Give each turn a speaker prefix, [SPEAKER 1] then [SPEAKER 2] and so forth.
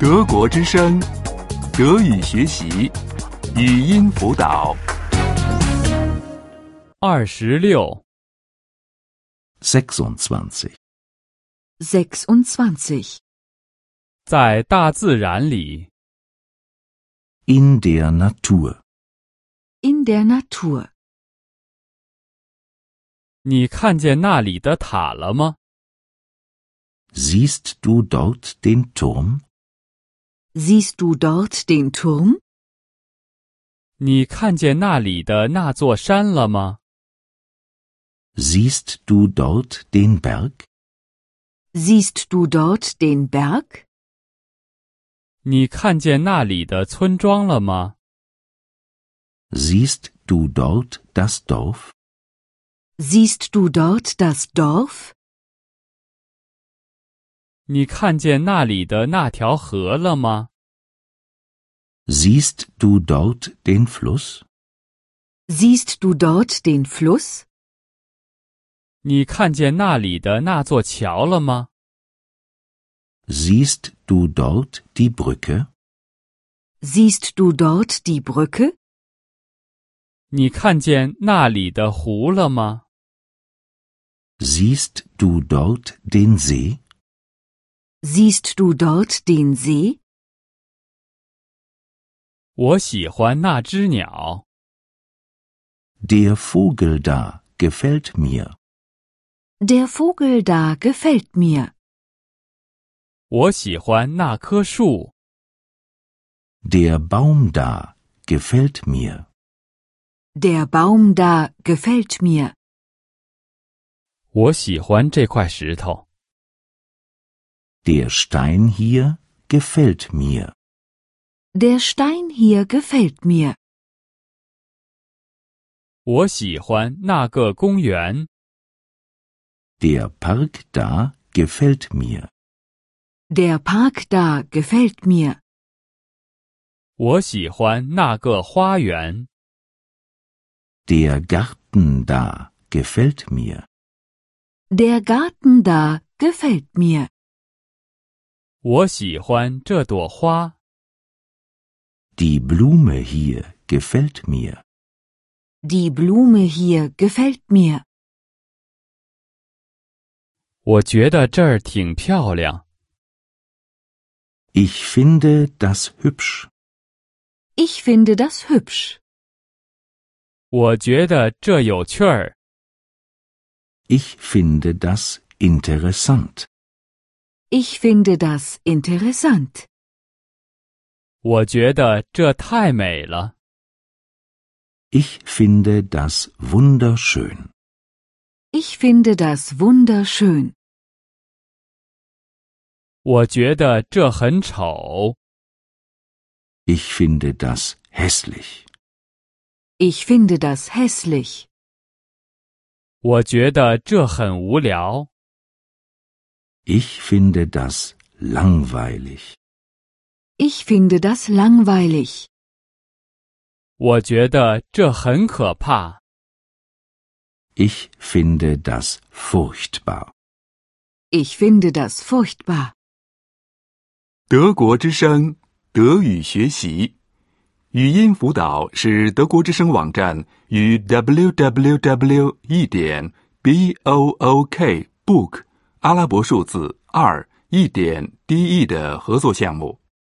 [SPEAKER 1] 德国之声，德语学习，语音辅导。
[SPEAKER 2] 二十六，
[SPEAKER 3] 26.
[SPEAKER 4] 26.
[SPEAKER 2] 在大自然里，
[SPEAKER 3] In der Natur.
[SPEAKER 4] In der Natur.
[SPEAKER 2] 你看见那里的塔了吗？
[SPEAKER 3] Siehst du dort den Turm?
[SPEAKER 4] Siehst du dort den Turm?
[SPEAKER 2] 你看见那里的那座山了吗？
[SPEAKER 3] Siehst du dort den Berg?
[SPEAKER 4] Siehst du dort den Berg?
[SPEAKER 2] 你看见那里的村庄了吗？
[SPEAKER 3] Siehst du dort das Dorf?
[SPEAKER 4] Siehst du dort das Dorf?
[SPEAKER 2] 你看见那里的那条河了吗？
[SPEAKER 3] Siehst du dort den Fluss?
[SPEAKER 4] Siehst du dort den Fluss?
[SPEAKER 2] 你看见那里的那座桥了吗？
[SPEAKER 3] Siehst du dort die Brücke?
[SPEAKER 4] Siehst du dort die Brücke?
[SPEAKER 2] 你看见那里的湖了吗？
[SPEAKER 3] Siehst du dort den See?
[SPEAKER 4] Siehst du dort den See?
[SPEAKER 2] 我喜欢那只鸟。
[SPEAKER 3] Der Vogel da gefällt mir.
[SPEAKER 4] Der Vogel da gefällt mir.
[SPEAKER 2] 我喜欢那棵树，
[SPEAKER 3] Der Baum da gefällt mir.
[SPEAKER 4] Der Baum da gefällt mir.
[SPEAKER 2] 我喜欢这块石头，
[SPEAKER 3] Der Stein hier gefällt mir.
[SPEAKER 4] Der Stein hier gefällt mir.
[SPEAKER 2] 我喜欢那个公园，
[SPEAKER 3] Der Park da gefällt mir.
[SPEAKER 4] Der Park da gefällt mir.
[SPEAKER 2] 我喜欢那个花园，
[SPEAKER 3] Der Garten da gefällt mir.
[SPEAKER 4] Der Garten da gefällt mir.
[SPEAKER 2] 我喜欢这朵花，
[SPEAKER 3] Die Blume hier gefällt mir.
[SPEAKER 4] Die Blume hier gefällt mir.
[SPEAKER 2] 我觉得这儿挺漂亮。
[SPEAKER 3] Ich finde das hübsch.
[SPEAKER 4] Ich finde das hübsch.
[SPEAKER 2] 我觉得这有趣儿，
[SPEAKER 3] Ich finde das interessant.
[SPEAKER 4] Ich finde das interessant.
[SPEAKER 2] 我觉得这太美了，
[SPEAKER 3] Ich finde das wunderschön.
[SPEAKER 4] Ich finde das wunderschön.
[SPEAKER 2] 我觉得这很丑，
[SPEAKER 3] Ich finde das hässlich.
[SPEAKER 4] Ich finde das hässlich.
[SPEAKER 2] 我觉得这很无聊，
[SPEAKER 3] Ich finde das langweilig.
[SPEAKER 4] Ich finde das langweilig.
[SPEAKER 2] 我觉得这很可怕，
[SPEAKER 3] Ich finde das furchtbar.
[SPEAKER 4] Ich finde das furchtbar.
[SPEAKER 1] 德国之声，德语学习，语音辅导是德国之声网站与 www. 一点 b o o k book 阿拉伯数字二一点 d e 的合作项目。